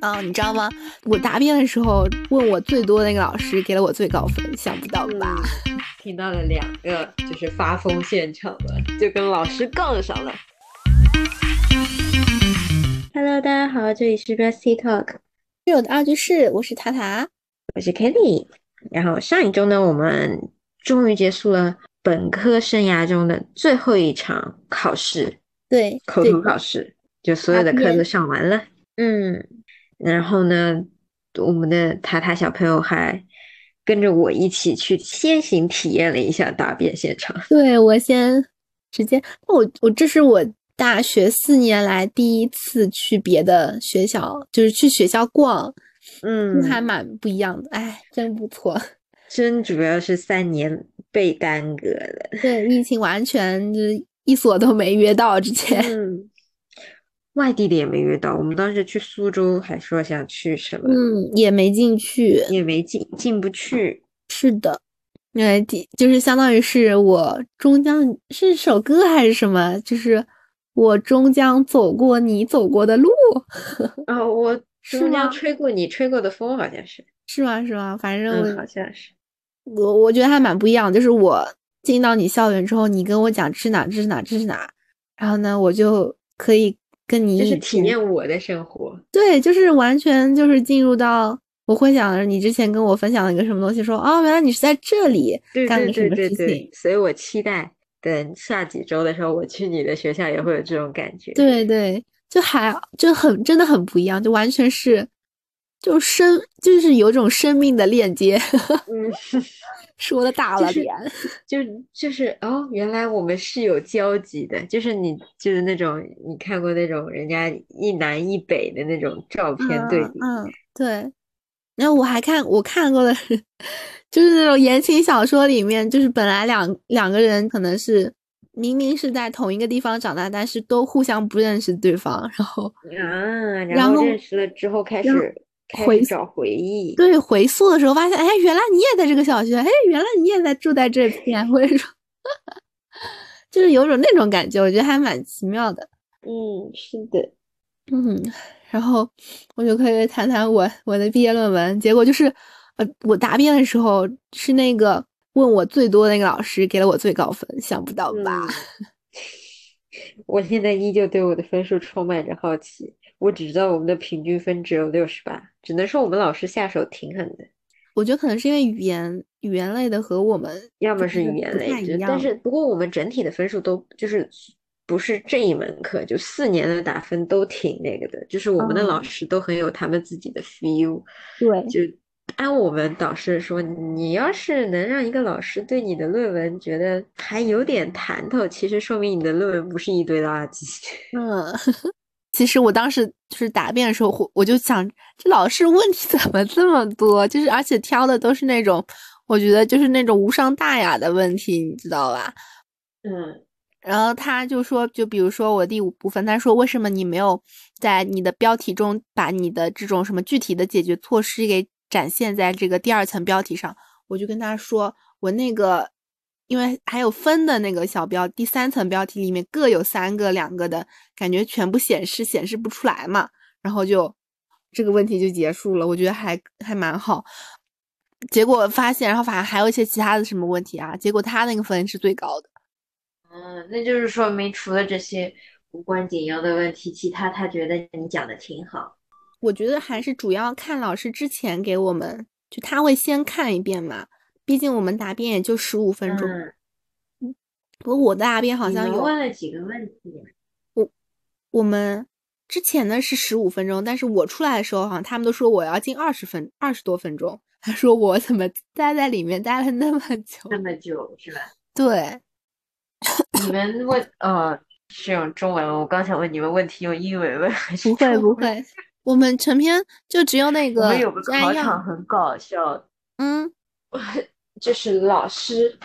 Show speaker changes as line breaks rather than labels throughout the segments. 啊，你知道吗？
我答辩的时候问我最多的那个老师给了我最高分，想不到吧？
嗯听到了两个就是发疯现场了，就跟老师杠上了。Hello，大家好，这里是 Rusty Talk，
室友的
啊
二居室，我是塔塔。
我是 Kelly。然后上一周呢，我们终于结束了本科生涯中的最后一场考试。
对，
口
对
头考试，就所有的课都上完了。嗯，然后呢，我们的塔塔小朋友还跟着我一起去先行体验了一下答辩现场。
对我先直接，我我这是我大学四年来第一次去别的学校，就是去学校逛，
嗯，
还蛮不一样的，哎，真不错。
真主要是三年被耽搁 了。
对，疫情完全就是一所都没约到，之前。
嗯，外地的也没约到。我们当时去苏州，还说想去什么，
嗯，也没进去。
也没进进不去。
是的，呃，第就是相当于是我终将是首歌还是什么，就是我终将走过你走过的路，
哦，我
是
中
吗
间吹过你吹过的风，好像是，
是吗？是吗？反正我、
嗯，好像是。
我我觉得还蛮不一样，就是我进到你校园之后，你跟我讲这是哪，这是哪，这是哪，然后呢，我就可以跟你
就是
一
体
起
验我的生活。
对，就是完全就是进入到。我会想着你之前跟我分享了一个什么东西，说哦，原来你是在这里
对
干
对
了什
对
么
对
事
对
情，，
所以我期待等下几周的时候，我去你的学校也会有这种感觉。
对对，就还就很真的很不一样，就完全是就生就是有一种生命的链接，
嗯，
说的大
就
了
是
点，
就就是哦，原来我们是有交集的，就是你就是那种你看过那种人家一南一北的那种照片对比，
嗯嗯对。然后我还看我看过的 是，就是那种言情小说里面，就是本来两两个人可能是明明是在同一个地方长大，但是都互相不认识对方，然后
啊，然
嗯然
后
后
认识了之后开
然后
始开
回
始找回忆，
对回溯的时候发现，哎，原来你也在这个小区，哎，原来你也在住在这边， 或者说，就是有种那种感觉，我觉得还蛮奇妙的。
嗯，是的，
嗯，然后我就可以谈谈我我的毕业论文，结果就是，呃，我答辩的时候是那个问我最多的那个老师给了我最高分，想不到吧？
嗯， 我现在依旧对我的分数充满着好奇。我只知道我们的平均分只有六十八，只能说我们老师下手挺狠的，
我觉得可能是因为语言语言类的和我们
要
就
么是
是
语言
不
类
太一
之，但
样
是不过我们整体的分数都就是不是这一门课，就四年的打分都挺那个的，就是我们的老
嗯
师都很有他们自己的 feel，
对
就按我们导师说，你要是能让一个老师对你的论文觉得还有点谈头，其实说明你的论文不是一堆垃圾。
嗯， 其实我当时就是答辩的时候，我我就想，这老师问题 怎么这么多？就是而且挑的都是那种，我觉得就是那种无伤大雅的问题，你知道吧？
嗯。
然后他就说，就比如说我第五部分，他说为什么你没有在你的标题中把你的这种什么具体的解决措施给展现在这个第二层标题上？我就跟他说，我那个因为还有分的那个小标，第三层标题里面各有三个、两个的，感觉全部显示显示不出来嘛，然后就这个问题就结束了，我觉得还还蛮好。结果发现，然后反正还有一些其他的什么问题啊，结果他那个分是最高的。
嗯，那就是说明除了这些无关紧要的问题，其他他觉得你讲的挺好。
我觉得还是主要看老师之前给我们，就他会先看一遍嘛。毕竟我们答辩也就十五分钟，
嗯，
不过我的答辩好
你
像
们
有
问了几个问题呀？
我们之前呢是十五分钟，但是我出来的时候好像他们都说我要进二十分二十多分钟，还说我怎么待在里面待了那么久？
那么久 是吧？
对，
你们问呃是用中文吗？我刚想问你们问题用英文问还是
不会
中
不
文？
会，我们成篇就只有那
我
个啊
们有个
摘
考
要
场，很搞笑，
嗯，
就是老师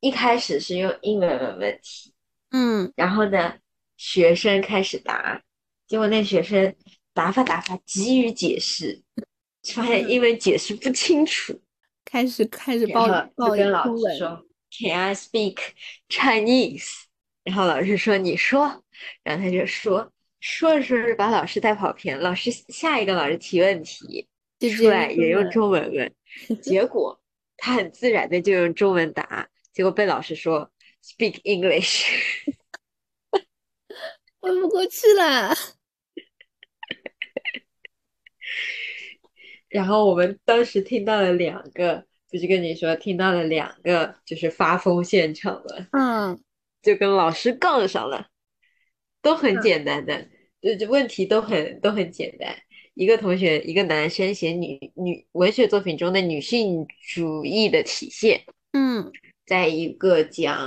一开始是用英文问问题，
嗯，
然后呢，学生开始答，结果那学生答吧答吧，急于解释，发现英文解释不清楚。
开始开始
然
报
后就
报
跟老
中
师
文，
说，Can I speak Chinese？然后老师说你说，然后他就说说着说着把老师带跑偏，老师下一个老师提问题
就直
出
接
来也用中 文问，结果他很自然的就用中文答，结果被老师说 speak English，
问不过去了。
然后我们当时听到了两个，就是跟你说听到了两个就是发疯现场了。
嗯，
就跟老师杠上了，都很简单的，就就问题都很都很简单。一个同学，一个男生写女女文学作品中的女性主义的体现，
嗯，
在一个讲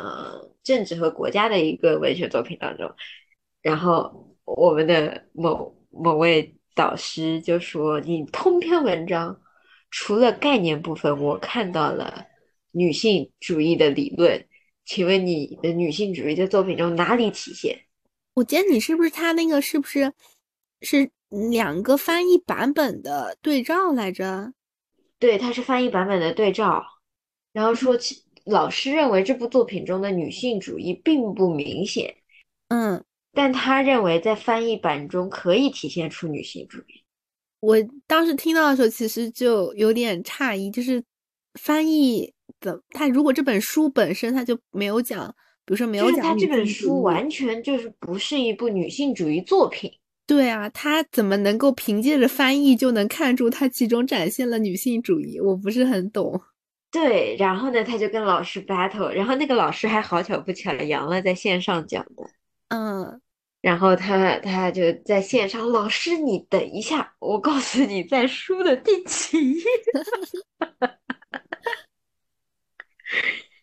政治和国家的一个文学作品当中，然后我们的某某位导师就说：“你通篇文章除了概念部分，我看到了女性主义的理论，请问你的女性主义在作品中哪里体现
我记得你是不是他那个是不是是两个翻译版本的对照来着？？”
对，它是翻译版本的对照，然后说其老师认为这部作品中的女性主义并不明显。
嗯，
但他认为在翻译版中可以体现出女性主义。
我当时听到的时候，其实就有点诧异，就是翻译的他如果这本书本身他就没有讲，比如说没有
就是
讲
他
女
这本
性主
书
义
完全就是不是一部女性主义作品，
对啊，他怎么能够凭借着翻译就能看出他其中展现了女性主义？我不是很懂。
对。然后呢，他就跟老师 battle，然后那个老师还好巧不巧阳了在线上讲的，
嗯，
然后他他就在线上，老师你等一下，我告诉你在书的第几页。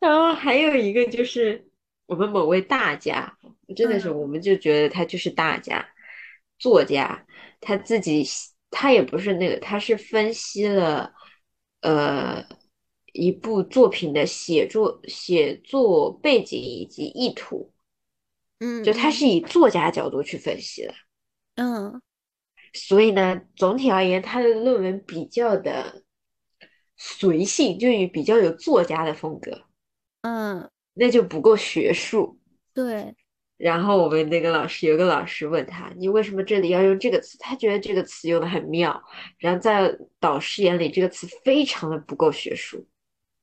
然后还有一个就是我们某位大家，真的是我们就觉得他就是大家，作家，他自己他也不是那个，他是分析了呃一部作品的写作写作背景以及意图，
嗯，
就他
嗯
是以作家角度去分析的。
嗯
所以呢，总体而言，他的论文比较的随性，就是比较有作家的风格，
嗯，
那就不够学术。
对，
然后我们那个老师有个老师问他，你为什么这里要用这个词？他觉得这个词用的很妙，然后在导师眼里，这个词非常的不够学术。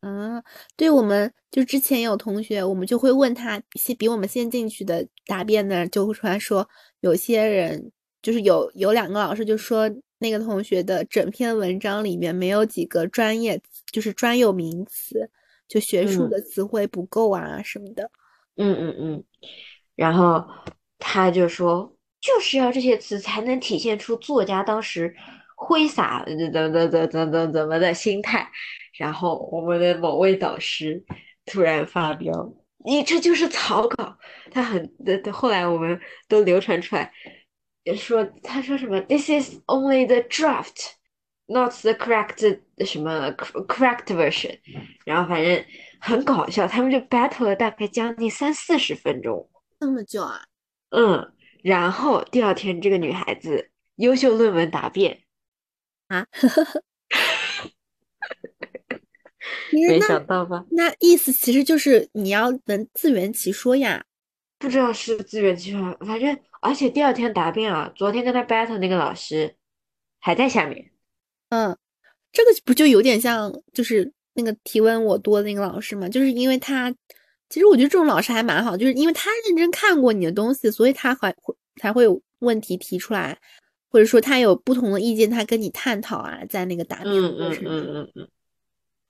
嗯，对，我们就之前有同学，我们就会问他一些比我们先进去的答辩的人，就会出来说，有些人就是有有两个老师就说那个同学的整篇文章里面没有几个专业，就是专有名词，就学术
嗯
的词汇不够啊什么的。
嗯嗯嗯，然后他就说，就是要这些词才能体现出作家当时挥洒怎怎怎怎怎怎怎么的心态。然后我们的某位导师突然发飙，你这就是草稿。他很，的的后来我们都流传出来，说他说什么，This is only the draft, not the correct 什么 correct version。然后反正很搞笑，他们就 battle 了大概将近三四十分钟。
这么久啊？
嗯，然后第二天这个女孩子优秀论文答辩，
其实
没
那
想到吧？
那意思其实就是你要能自圆其说呀。
不知道是自圆其说，反正而且第二天答辩啊，昨天跟他 battle 那个老师还在下面。
嗯，这个不就有点像就是那个提问我多的那个老师嘛？就是因为他，其实我觉得这种老师还蛮好，就是因为他认真看过你的东西，所以他还会才会有问题提出来，或者说他有不同的意见，他跟你探讨啊，在那个答辩的
嗯
过
嗯
程中。
嗯嗯嗯，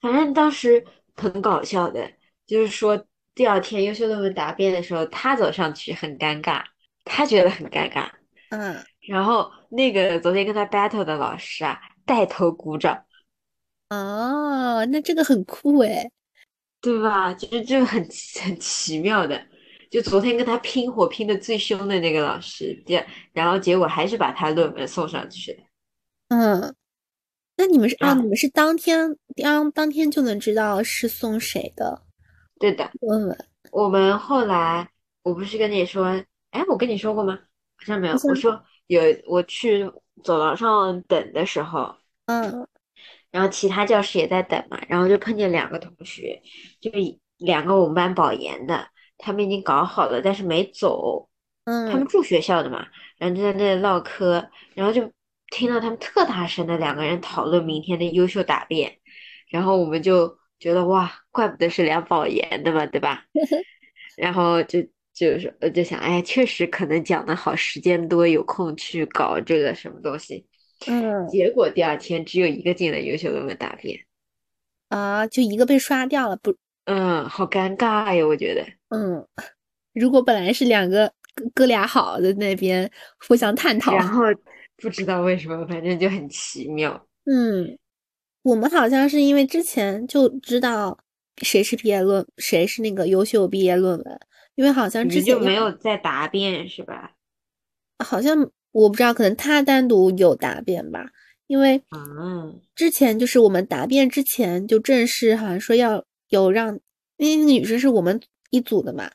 反正当时很搞笑的，就是说第二天优秀论文答辩的时候，他走上去很尴尬，他觉得很尴尬。
嗯
然后那个昨天跟他 battle 的老师啊，带头鼓掌，
哦，那这个很酷诶。
对吧？就是就很奇很奇妙的，就昨天跟他拼火拼的最凶的那个老师，第二然后结果还是把他论文送上去了。
嗯，那你们是啊，
啊
你们是当天当当天就能知道是送谁的
对的，
论文？
我们后来我不是跟你说，哎，我跟你说过吗？好像没有。
好像
我说有，我去走廊上等的时候，
嗯
然后其他教室也在等嘛，然后就碰见两个同学，就是一两个我们班保研的，他们已经搞好了，但是没走。他们
嗯，
住学校的嘛，然后就在那里唠嗑，然后就听到他们特大声的两个人讨论明天的优秀答辩，然后我们就觉得哇，怪不得是梁宝言的嘛，对吧？然后就就是呃就想，哎，确实可能讲得好，时间多，有空去搞这个什么东西。
嗯
结果第二天只有一个进了优秀论文答辩，
啊，就一个被刷掉了，不，
嗯，好尴尬呀，我觉得。
嗯，如果本来是两个哥哥俩好的那边互相探讨，
然后不知道为什么，反正就很奇妙。
嗯，我们好像是因为之前就知道谁是毕业论，谁是那个优秀毕业论文，因为好像
你
之
们就
前
没有在答辩是吧？
好像我不知道，可能他单独有答辩吧，因为
嗯，
之前就是我们答辩之前就正式好像说要有让，因为那个女生是我们一组的嘛，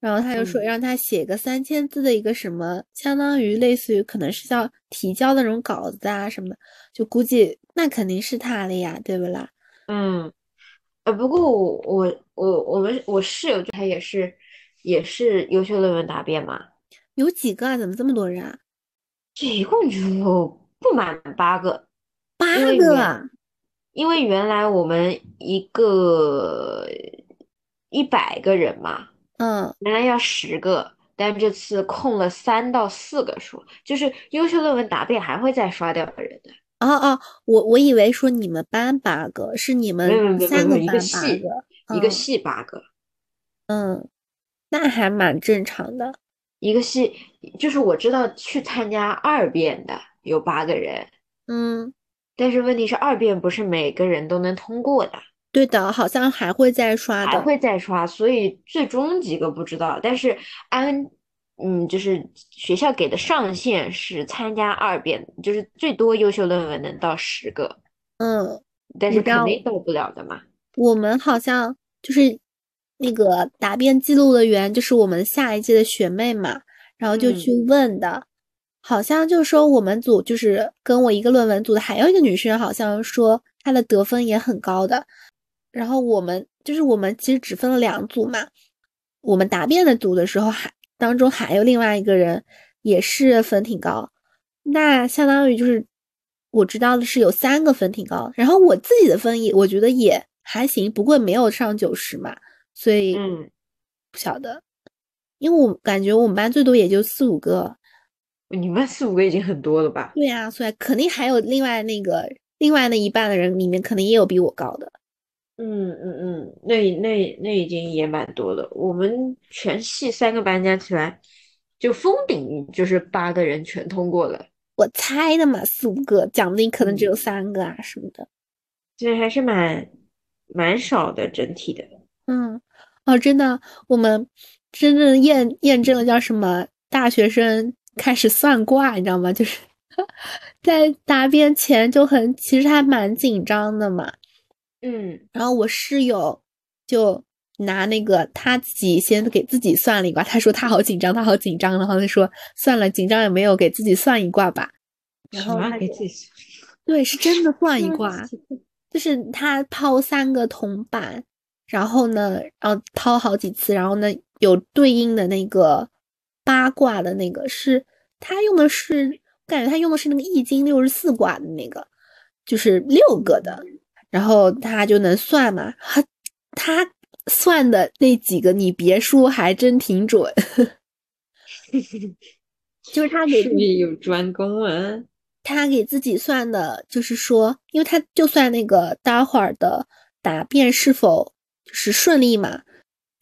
然后他就说
嗯
让她写个三千字的一个什么，相当于类似于可能是叫提交的那种稿子啊什么的，就估计那肯定是他了呀，对不啦？
嗯，呃，不过我我我我们我室友就他也是也是优秀论文答辩嘛，
有几个啊？怎么这么多人啊？
这一共就不满八个，
八
因为
个
原
啊，
因为原来我们一个一百个人嘛，
嗯
原来要十个，但这次空了三到四个数，就是优秀论文答辩还会再刷掉人的，
哦哦，我我以为说你们班八个，是你
没有没有
们
没有
三
没有
班
一个
八
系
个，
一个
嗯
系八个。
嗯，那还蛮正常的。
一个系，就是我知道去参加二辩的有八个人，
嗯，
但是问题是二辩不是每个人都能通过的，
对的，好像还会再刷
还
的。
会再刷，所以最终几个不知道。但是按，嗯，就是学校给的上限是参加二辩，就是最多优秀论文能到十个，
嗯，
但
你
是肯
到
定到不了的嘛。
我们好像就是那个答辩记录的员，就是我们下一届的学妹嘛，然后就
嗯
去问的。好像就说我们组就是跟我一个论文组的，还有一个女生，好像说她的得分也很高的。然后我们就是我们其实只分了两组嘛，我们答辩的组的时候还当中还有另外一个人也是分挺高，那相当于就是我知道的是有三个分挺高，然后我自己的分也我觉得也还行，不过没有上九十嘛，所以
嗯，
不晓得，因为我感觉我们班最多也就四五个，
你们四五个已经很多了吧？
对啊，所以肯定还有另外那个另外那一半的人里面肯定也有比我高的，
嗯嗯嗯，那那那已经也蛮多了。我们全系三个班加起来，就封顶就是八个人全通过了，
我猜的嘛，四五个，讲不定可能只有
嗯
三个啊什么的。
这还是蛮蛮少的整体的。
嗯，哦，真的，我们真正验验证了叫什么？大学生开始算卦，你知道吗？就是 在答辩前就很，其实还蛮紧张的嘛。
嗯，
然后我室友就拿那个他自己先给自己算了一卦，他说他好紧张，他好紧张，然后他说算了，紧张也没有，给自己算一卦吧。然
什
后
么
他
给
就
自己算
对，是真的算一 卦。
奇怪
就是他抛三个铜板，然后呢，然后抛好几次，然后呢有对应的那个八卦的那个是，他用的是，我感觉他用的是那个易经六十四卦的那个，就是六个的，然后他就能算嘛，他他算的那几个，你别说，还真挺准， 就是他给
术
自己
业有专攻啊。
他给自己算的，就是说，因为他就算那个待会儿的答辩是否就是顺利嘛，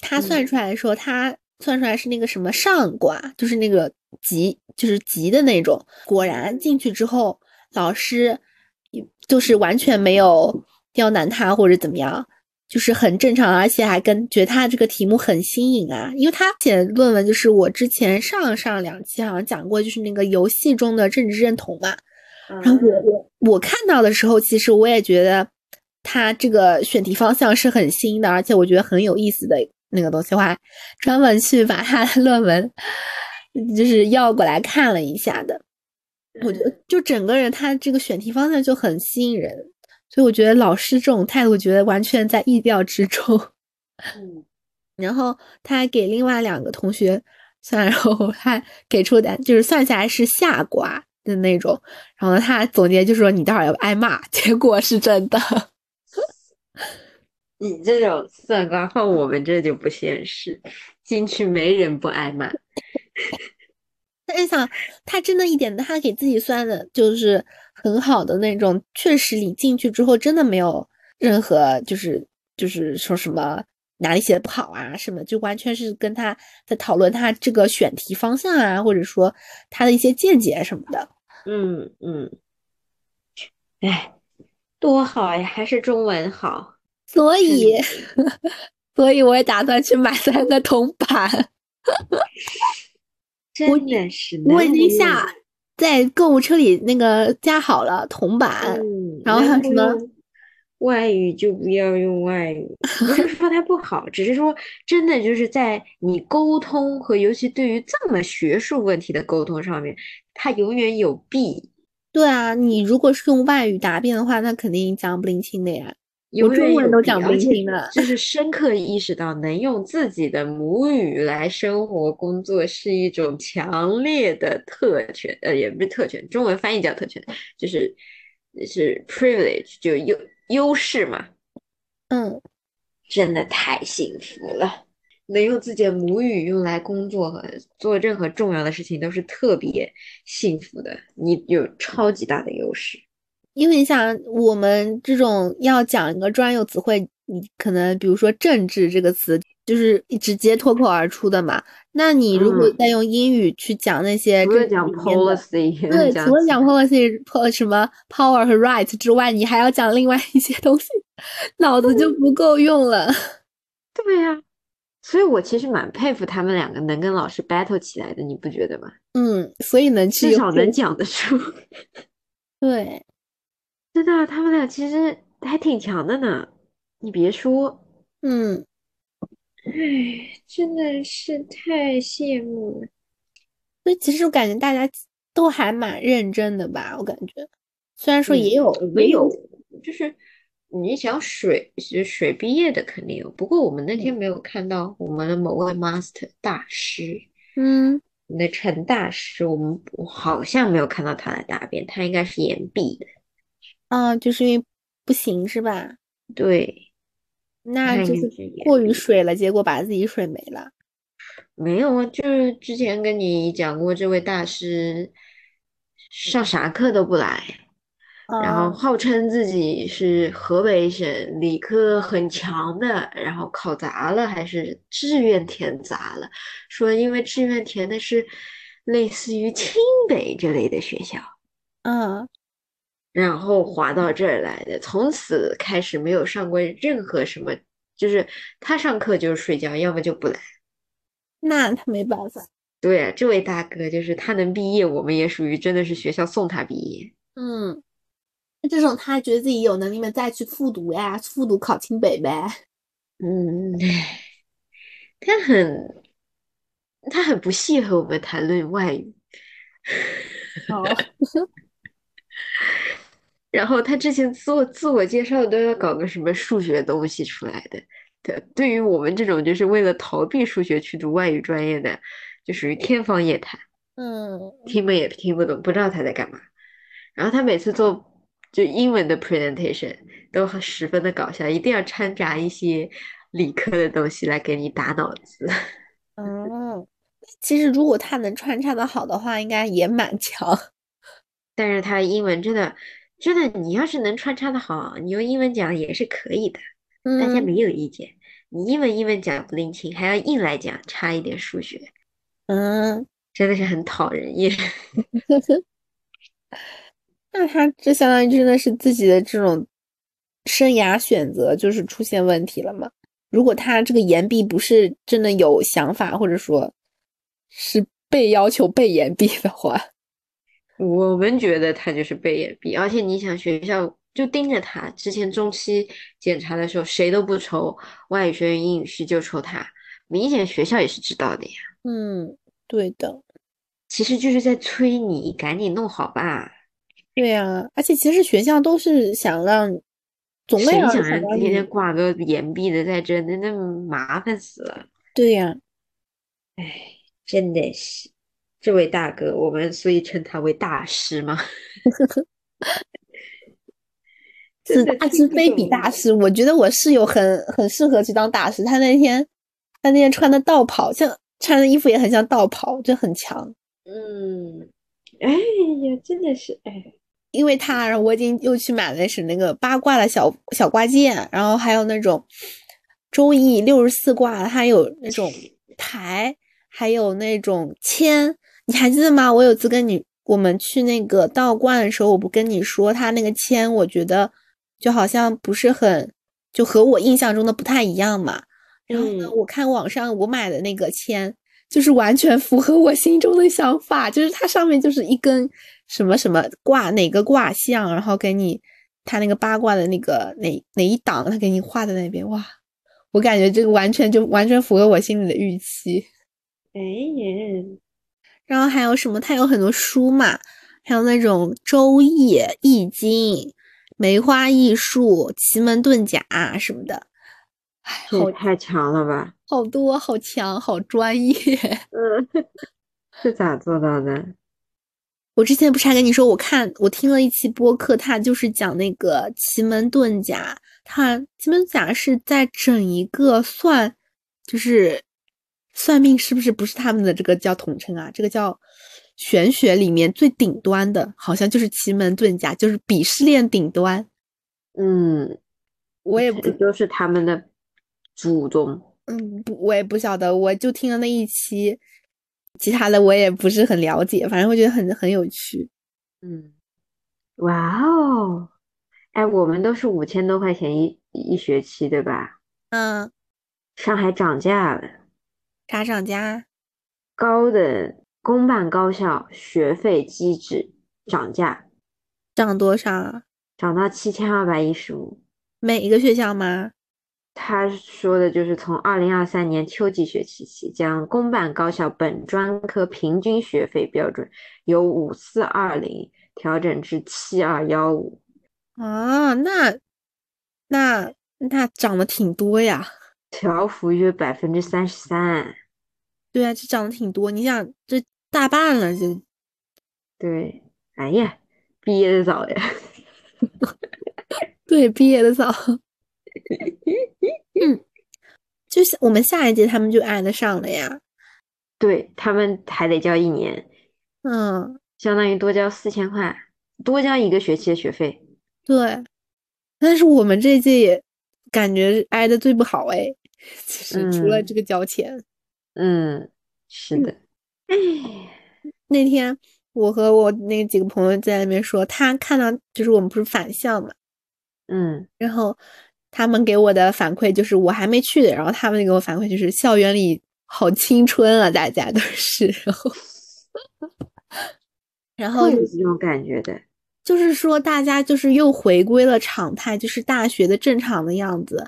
他算
嗯
出来说，他算出来是那个什么上卦，就是那个吉，就是吉的那种。果然进去之后，老师也就是完全没有刁难他或者怎么样，就是很正常，而且还跟觉得他这个题目很新颖啊，因为他写论文就是我之前上上两期好像讲过，就是那个游戏中的政治认同嘛。然
嗯
后我我我看到的时候，其实我也觉得他这个选题方向是很新的，而且我觉得很有意思的那个东西，我还专门去把他的论文就是要过来看了一下的。我觉
嗯
得就整个人他这个选题方向就很吸引人，所以我觉得老师这种态度，觉得完全在意料之中。
嗯
然后他还给另外两个同学算，然后他给出的就是算下来是下瓜的那种，然后他总结就说你待会儿要挨骂， 结果是真的。
你这种算卦放我们这就不现实，进去没人不挨骂。
但是想他真的一点，他给自己算的就是很好的那种，确实你进去之后真的没有任何就是就是说什么。哪里写的不好啊？什么就完全是跟他在讨论他这个选题方向啊，或者说他的一些见解什么的。
嗯嗯，哎，多好呀，还是中文好。
所以，所以我也打算去买三个铜 板。
真的是，
我已经下
嗯
在购物车里那个加好了铜板，
嗯、
呃然后还有什么？
外语就不要用外语，不是说它不好，只是说真的就是在你沟通和尤其对于这么学术问题的沟通上面，它永远有弊。
对啊，你如果是用外语答辩的话，那肯定讲不灵清的呀。
有
我中文都讲不灵清的。
就是深刻意识到，能用自己的母语来生活工作是一种强烈的特权，呃，也不是特权，中文翻译叫特权，就是是 privilege，就有。优势嘛，
嗯，
真的太幸福了，能用自己的母语用来工作和做任何重要的事情都是特别幸福的。你有超级大的优势，
因为你想，我们这种要讲一个专有词汇，你可能比如说“政治”这个词，就是直接脱口而出的嘛。那你如果再用英语去讲那些，
嗯除了讲 policy，
对，除了讲 policy 什么 power 和 right 之外，你还要讲另外一些东西，脑子就不够用了。嗯、
对呀、啊，所以我其实蛮佩服他们两个能跟老师 battle 起来的，你不觉得吗？
嗯，所以能去
至少能讲得出。
对，
真的，啊他们俩其实还挺强的呢。你别说，
嗯。
唉，真的是太羡慕了。
所以其实我感觉大家都还蛮认真的吧，我感觉，虽然说也有、
嗯、也有，就是你想水水毕业的肯定有，不过我们那天没有看到我们的某位 master 大师，
嗯，
我们的陈大师，我们好像没有看到他来答辩，他应该是延毕的。
啊、嗯，就是因为不行是吧？
对。
那就是过于水了，结果把自己水没了。
没有啊，就是之前跟你讲过，这位大师上啥课都不来，
嗯、
然后号称自己是河北省理科很强的，然后考砸了还是志愿填砸了，说因为志愿填的是类似于清北这类的学校。
嗯。
然后滑到这儿来的，从此开始没有上过任何什么，就是他上课就是睡觉，要么就不来。
那他没办法。
对啊，这位大哥就是他能毕业，我们也属于真的是学校送他毕业。
嗯，这种他觉得自己有能力嘛，再去复读呀，复读考清北呗。
嗯，他很，他很不屑和我们谈论外语。
好。
然后他之前自我自我介绍都要搞个什么数学东西出来的，对，对于我们这种就是为了逃避数学去读外语专业的，就属于天方夜谭，
嗯，
听不也听不懂，不知道他在干嘛。然后他每次做就英文的 presentation 都十分的搞笑，一定要掺杂一些理科的东西来给你打脑子。
嗯，其实如果他能穿插的好的话，应该也蛮强。
但是他英文真的，真的，你要是能穿插的好，你用英文讲也是可以的，
嗯、
大家没有意见。你英文英文讲不领情，还要硬来讲，差一点数学，
嗯，
真的是很讨人厌。
那他这相当于真的是自己的这种生涯选择就是出现问题了嘛？如果他这个言毕不是真的有想法，或者说是被要求被言毕的话。
我们觉得他就是被掩蔽，而且你想学校就盯着他，之前中期检查的时候谁都不抽，外语学院、英语系就抽他，明显学校也是知道的呀。
嗯，对的，
其实就是在催你赶紧弄好吧。
对呀、啊，而且其实学校都是想让，总
谁
想
让天天挂个掩蔽的在这，那那麻烦死了。
对呀、啊，
哎。真的是这位大哥，我们所以称他为大 师 嘛。
此大师非彼大师，我觉得我室友很很适合去当大师。他那天他那天穿的道袍，像穿的衣服也很像道袍，就很强。
嗯，哎呀，真的是哎，
因为他，然后我已经又去买了是那个八卦的小小挂件，然后还有那种周易六十四卦，它有那种牌，还有那种签。你还记得吗？我有次跟你我们去那个道观的时候，我不跟你说他那个签，我觉得就好像不是很，就和我印象中的不太一样嘛。然后呢，
嗯
我看网上我买的那个签，就是完全符合我心中的想法，就是它上面就是一根什么什么卦哪个卦象，然后给你它那个八卦的那个哪哪一档，它给你画在那边，哇，我感觉这个完全就完全符合我心里的预期。
哎呀，
然后还有什么？它有很多书嘛，还有那种《周易》《易经》《梅花易数》《奇门遁甲》什么的。哎，
这
好
也太强了吧！
好多，好强，好专业。
嗯， 是咋做到的？
我之前不是还跟你说，我看我听了一期播客，它就是讲那个奇门遁甲，它奇门遁甲是在整一个算，就是算命是不是不是他们的这个叫统称啊？这个叫玄学里面最顶端的，好像就是奇门遁甲，就是鄙视链顶端。
嗯，
我也不
这都是他们的祖宗。
嗯，不，我也不晓得，我就听了那一期，其他的我也不是很了解，反正我觉得很很有趣。
嗯，哇哦，哎，我们都是五千多块钱一一学期，对吧？
嗯，
上海涨价了。
啥涨价？
高等公办高校学费机制涨价，
涨多少啊？
涨到七千二百一十五。
每一个学校吗？
他说的就是从二零二三年秋季学期起，将公办高校本专科平均学费标准由五四二零调整至七二幺五。
啊，那那那涨得挺多呀。
调幅约百分之三十三，
对啊，这涨得挺多。你想，这大半了，这
对，哎呀，毕业的早呀，
对毕业的早。 嗯，就是我们下一届他们就挨得上了呀。
对，他们还得交一年，
嗯，
相当于多交四千块，多交一个学期的学费。
对。但是我们这一届也感觉挨得最不好哎， 就是除了
嗯
这个交钱。
嗯，是的，
嗯
哎，
那天我和我那几个朋友在那边说，他看到就是我们不是反校嘛，
嗯，
然后他们给我的反馈就是我还没去，然后他们给我反馈就是校园里好青春啊，大家都是，然后然后
会有这种感觉的，
就是说大家就是又回归了常态，就是大学的正常的样子。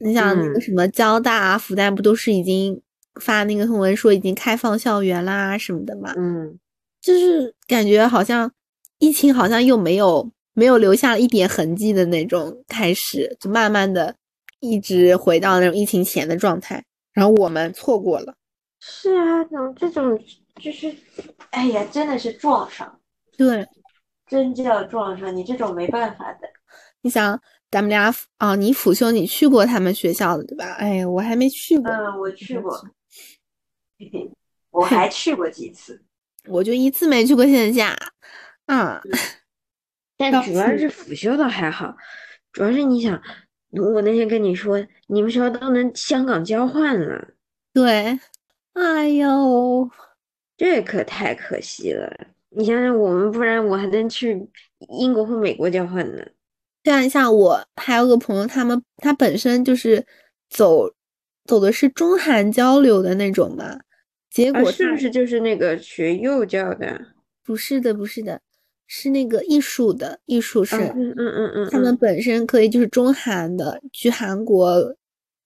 你想那个
嗯
什么交大啊、复旦不都是已经发那个通文说已经开放校园啦什么的嘛？
嗯，
就是感觉好像疫情好像又没有没有留下一点痕迹的那种开始，就慢慢的一直回到那种疫情前的状态，然后我们错过了。
是啊，怎么这种就是，哎呀，真的是撞上，
对，
真叫撞上，你这种没办法的。
你想咱们俩辅啊，你辅修你去过他们学校的对吧？哎呀，我还没去过，
嗯，我去过，嘿嘿，我还去过几次，
我就一次没去过线下。啊，
但
要
主要
去
是辅修倒还好，主要是你想，我那天跟你说，你们学校都能香港交换了，
对，哎呦，
这可太可惜了。你想想，我们不然我还能去英国或美国交换呢。
对啊，你像我还有个朋友，他们他本身就是走走的是中韩交流的那种嘛，结
啊，
果
是
他
不是就是那个学幼教的？啊
不是的，不是的，是那个艺术的艺术生，
嗯嗯嗯嗯
他们
嗯，
本身可以就是中韩的，去韩国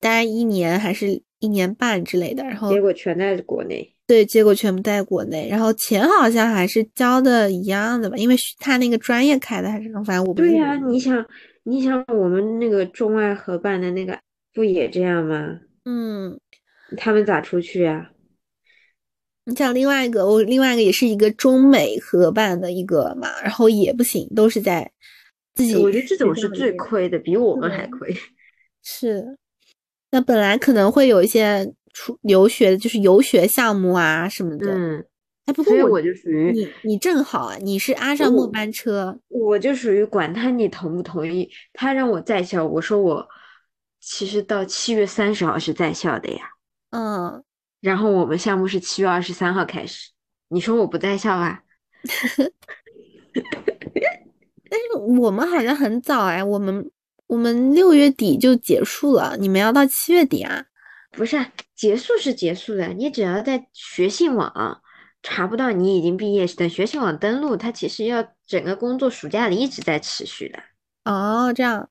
待一年还是一年半之类的，然后
嗯结果全在国内。
对，结果全部在国内，然后钱好像还是交的一样的吧，因为是他那个专业开的还是反正我不
对
是
呀，你想，你想我们那个中外合办的那个，不也这样吗？
嗯。
啊他们咋出去呀？
你像另外一个，我另外一个也是一个中美合办的一个嘛，然后也不行，都是在自己。
我觉得这种是最亏的，比我们还亏。
是，那本来可能会有一些出留学，就是游学项目啊什么的。
嗯，
哎，不过
所以
我
我就属于
你你正好啊，你是阿上末班车，
我就属于管他你同不同意，他让我在校，我说我其实到七月三十号是在校的呀，
嗯，
然后我们项目是七月二十三号开始，你说我不在校啊？
但是我们好像很早哎，我们我们六月底就结束了，你们要到七月底啊？
不是啊，结束是结束的，你只要在学信网查不到你已经毕业，等学信网登录，它其实要整个工作暑假里一直在持续的。
哦，这样，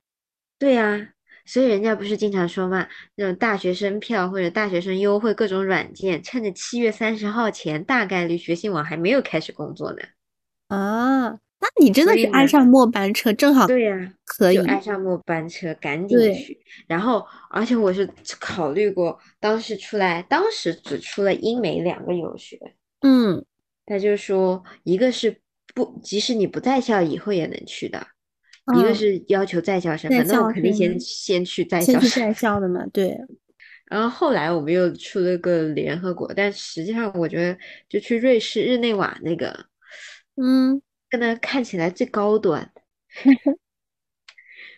对呀，所以人家不是经常说嘛，那种大学生票或者大学生优惠各种软件，趁着七月三十号前，大概率学信网还没有开始工作呢。
啊，那你真的
所
是
以
爱
呢
上末班车，正好
对呀，
哦可以
就。哎爱上末班车，赶紧
对
去。然后，而且我是考虑过，当时出来，当时只出了英美两个游学，
嗯，
他就说，一个是不，即使你不在校以后也能去的，一个
嗯
是要求在校生，
在
反正我
校
肯定先
生
先去在
先
校
去
生。
在校的嘛，对，
然后后来我们又出了个联合国，但实际上我觉得就去瑞士日内瓦那个，
嗯，
跟它看起来最 高端，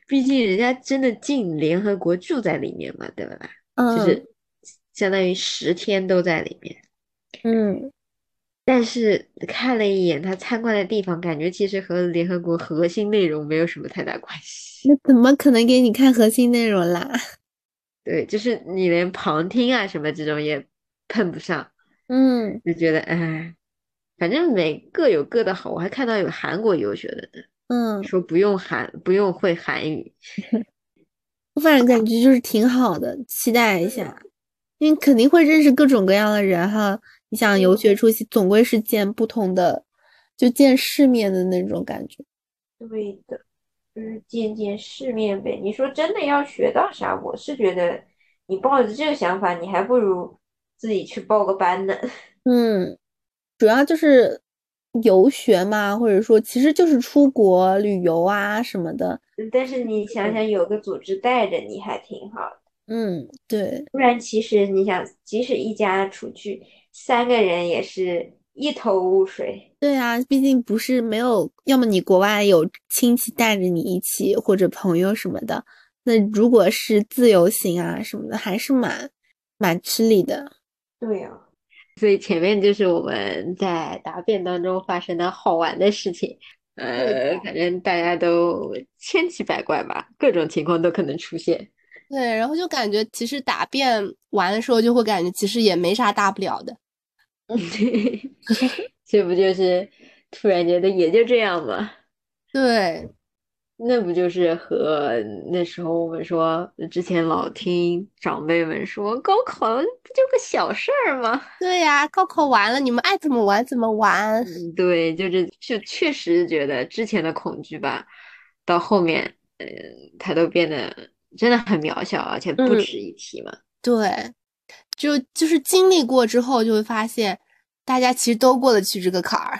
毕竟人家真的进联合国住在里面嘛，对吧？就
嗯
是相当于十天都在里面。
嗯，
但是看了一眼他参观的地方，感觉其实和联合国核心内容没有什么太大关系。
那怎么可能给你看核心内容啦？
对，就是你连旁听啊什么这种也碰不上。
嗯，
就觉得哎，反正每各有各的好。我还看到有韩国游学的呢，
嗯，
说不用韩不用会韩语。
我反正感觉就是挺好的，期待一下，因为肯定会认识各种各样的人哈。你想游学出去，总归是见不同的，就见世面的那种感觉。
对的，就是见见世面呗。你说真的要学到啥？我是觉得你抱着这个想法，你还不如自己去报个班呢。
嗯，主要就是游学嘛，或者说其实就是出国旅游啊什么的。
但是你想想，有个组织带着你还挺好的。
嗯，对，
不然，其实你想，即使一家出去，三个人也是一头雾水。
对啊，毕竟不是没有，要么你国外有亲戚带着你一起，或者朋友什么的。那如果是自由行啊什么的，还是蛮蛮吃力的。
对呀、所以前面就是我们在答辩当中发生的好玩的事情，
对
呃，反正大家都千奇百怪吧，各种情况都可能出现。
对，然后就感觉其实答辩完的时候，就会感觉其实也没啥大不了的。
这不就是突然觉得也就这样嘛？
对，
那不就是和那时候我们说之前老听长辈们说高考不就个小事儿吗？
对呀、高考完了，你们爱怎么玩怎么玩。
嗯，对，就是就确实觉得之前的恐惧吧，到后面，嗯，它都变得真的很渺小，而且不
嗯
值一提嘛。
对，就就是经历过之后，就会发现大家其实都过得去这个坎儿，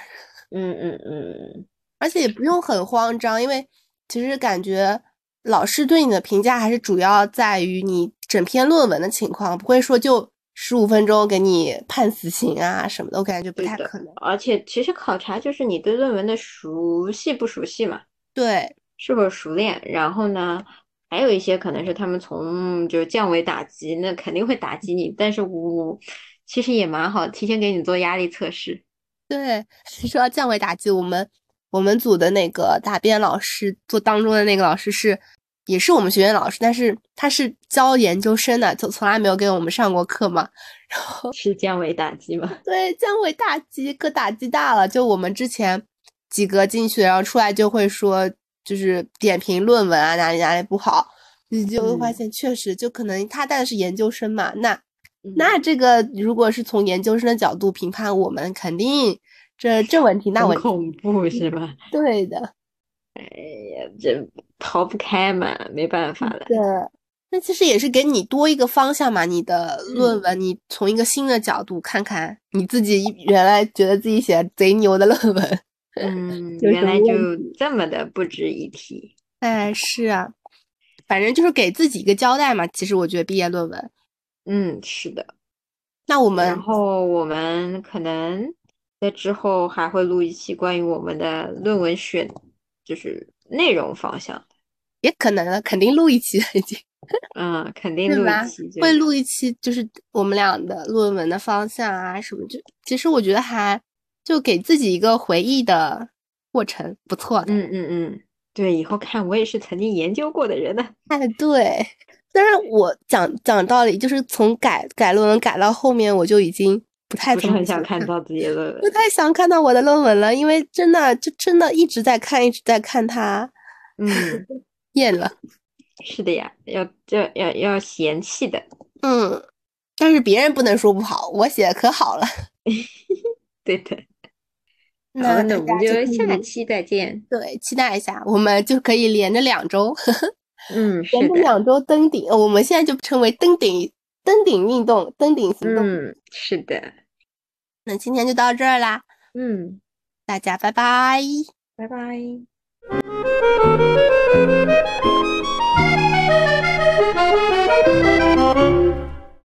嗯嗯嗯，
而且也不用很慌张，因为其实感觉老师对你的评价还是主要在于你整篇论文的情况，不会说就十五分钟给你判死刑啊什么的，我感觉不
对
太
的
可能。
而且其实考察就是你对论文的熟悉不熟悉嘛，
对，
是否熟练。然后呢，还有一些可能是他们从就是降维打击，那肯定会打击你，但是我其实也蛮好，提前给你做压力测试。
对， 说到降维打击，我们我们组的那个答辩老师做当中的那个老师是，也是我们学院老师，但是他是教研究生的，从从来没有给我们上过课嘛。
是降维打击吗？
对，降维打击可打击大了。就我们之前几个进去，然后出来就会说，就是点评论文啊，哪里哪里不好，你就会发
嗯
现确实，就可能他带的是研究生嘛，那
嗯
那这个如果是从研究生的角度评判我们，肯定这这问题那
很
问题，
恐怖是吧？
对的，
哎呀，这逃不开嘛，没办法了。
对，
那其实也是给你多一个方向嘛。你的
嗯
论文，你从一个新的角度看看你自己原来觉得自己写贼牛的论文。
嗯，
有
原
什么
来就
问
这么的不值一提。
哎，是啊，反正就是给自己一个交代嘛。其实我觉得毕业论文，
嗯，是的。
那我们
然后我们可能在之后还会录一期关于我们的论文选，就是内容方向。
也可能了，肯定录一期了 已经。
嗯，肯定
是
录
吧
一期这
会
个
录一期，就是我们俩的论文的方向啊什么，就其实我觉得还就给自己一个回忆的过程，不错的。
嗯嗯嗯，对，以后看我也是曾经研究过的人呢。
哎，对，但是我讲讲道理，就是从改改论文改到后面，我就已经不太
不是
怎么
很想看
到，
到自己的论
不
文。
太想看到我的论文了，因为真的就真的一直在看，一直在看 它
嗯，
厌了。
是的呀，要要要要嫌弃的。
嗯，但是别人不能说不好，我写的可好了。
对的。
那
好，那
大
我
家
们就
可
下
以
期再见。
对，期待一下，我们就可以连着两周，
嗯，是
连着
的。
两周登顶，呃我们现在就称为登顶登顶运动、登顶行动。
嗯，是的。
那今天就到这儿啦，
嗯，
大家拜拜。
拜拜。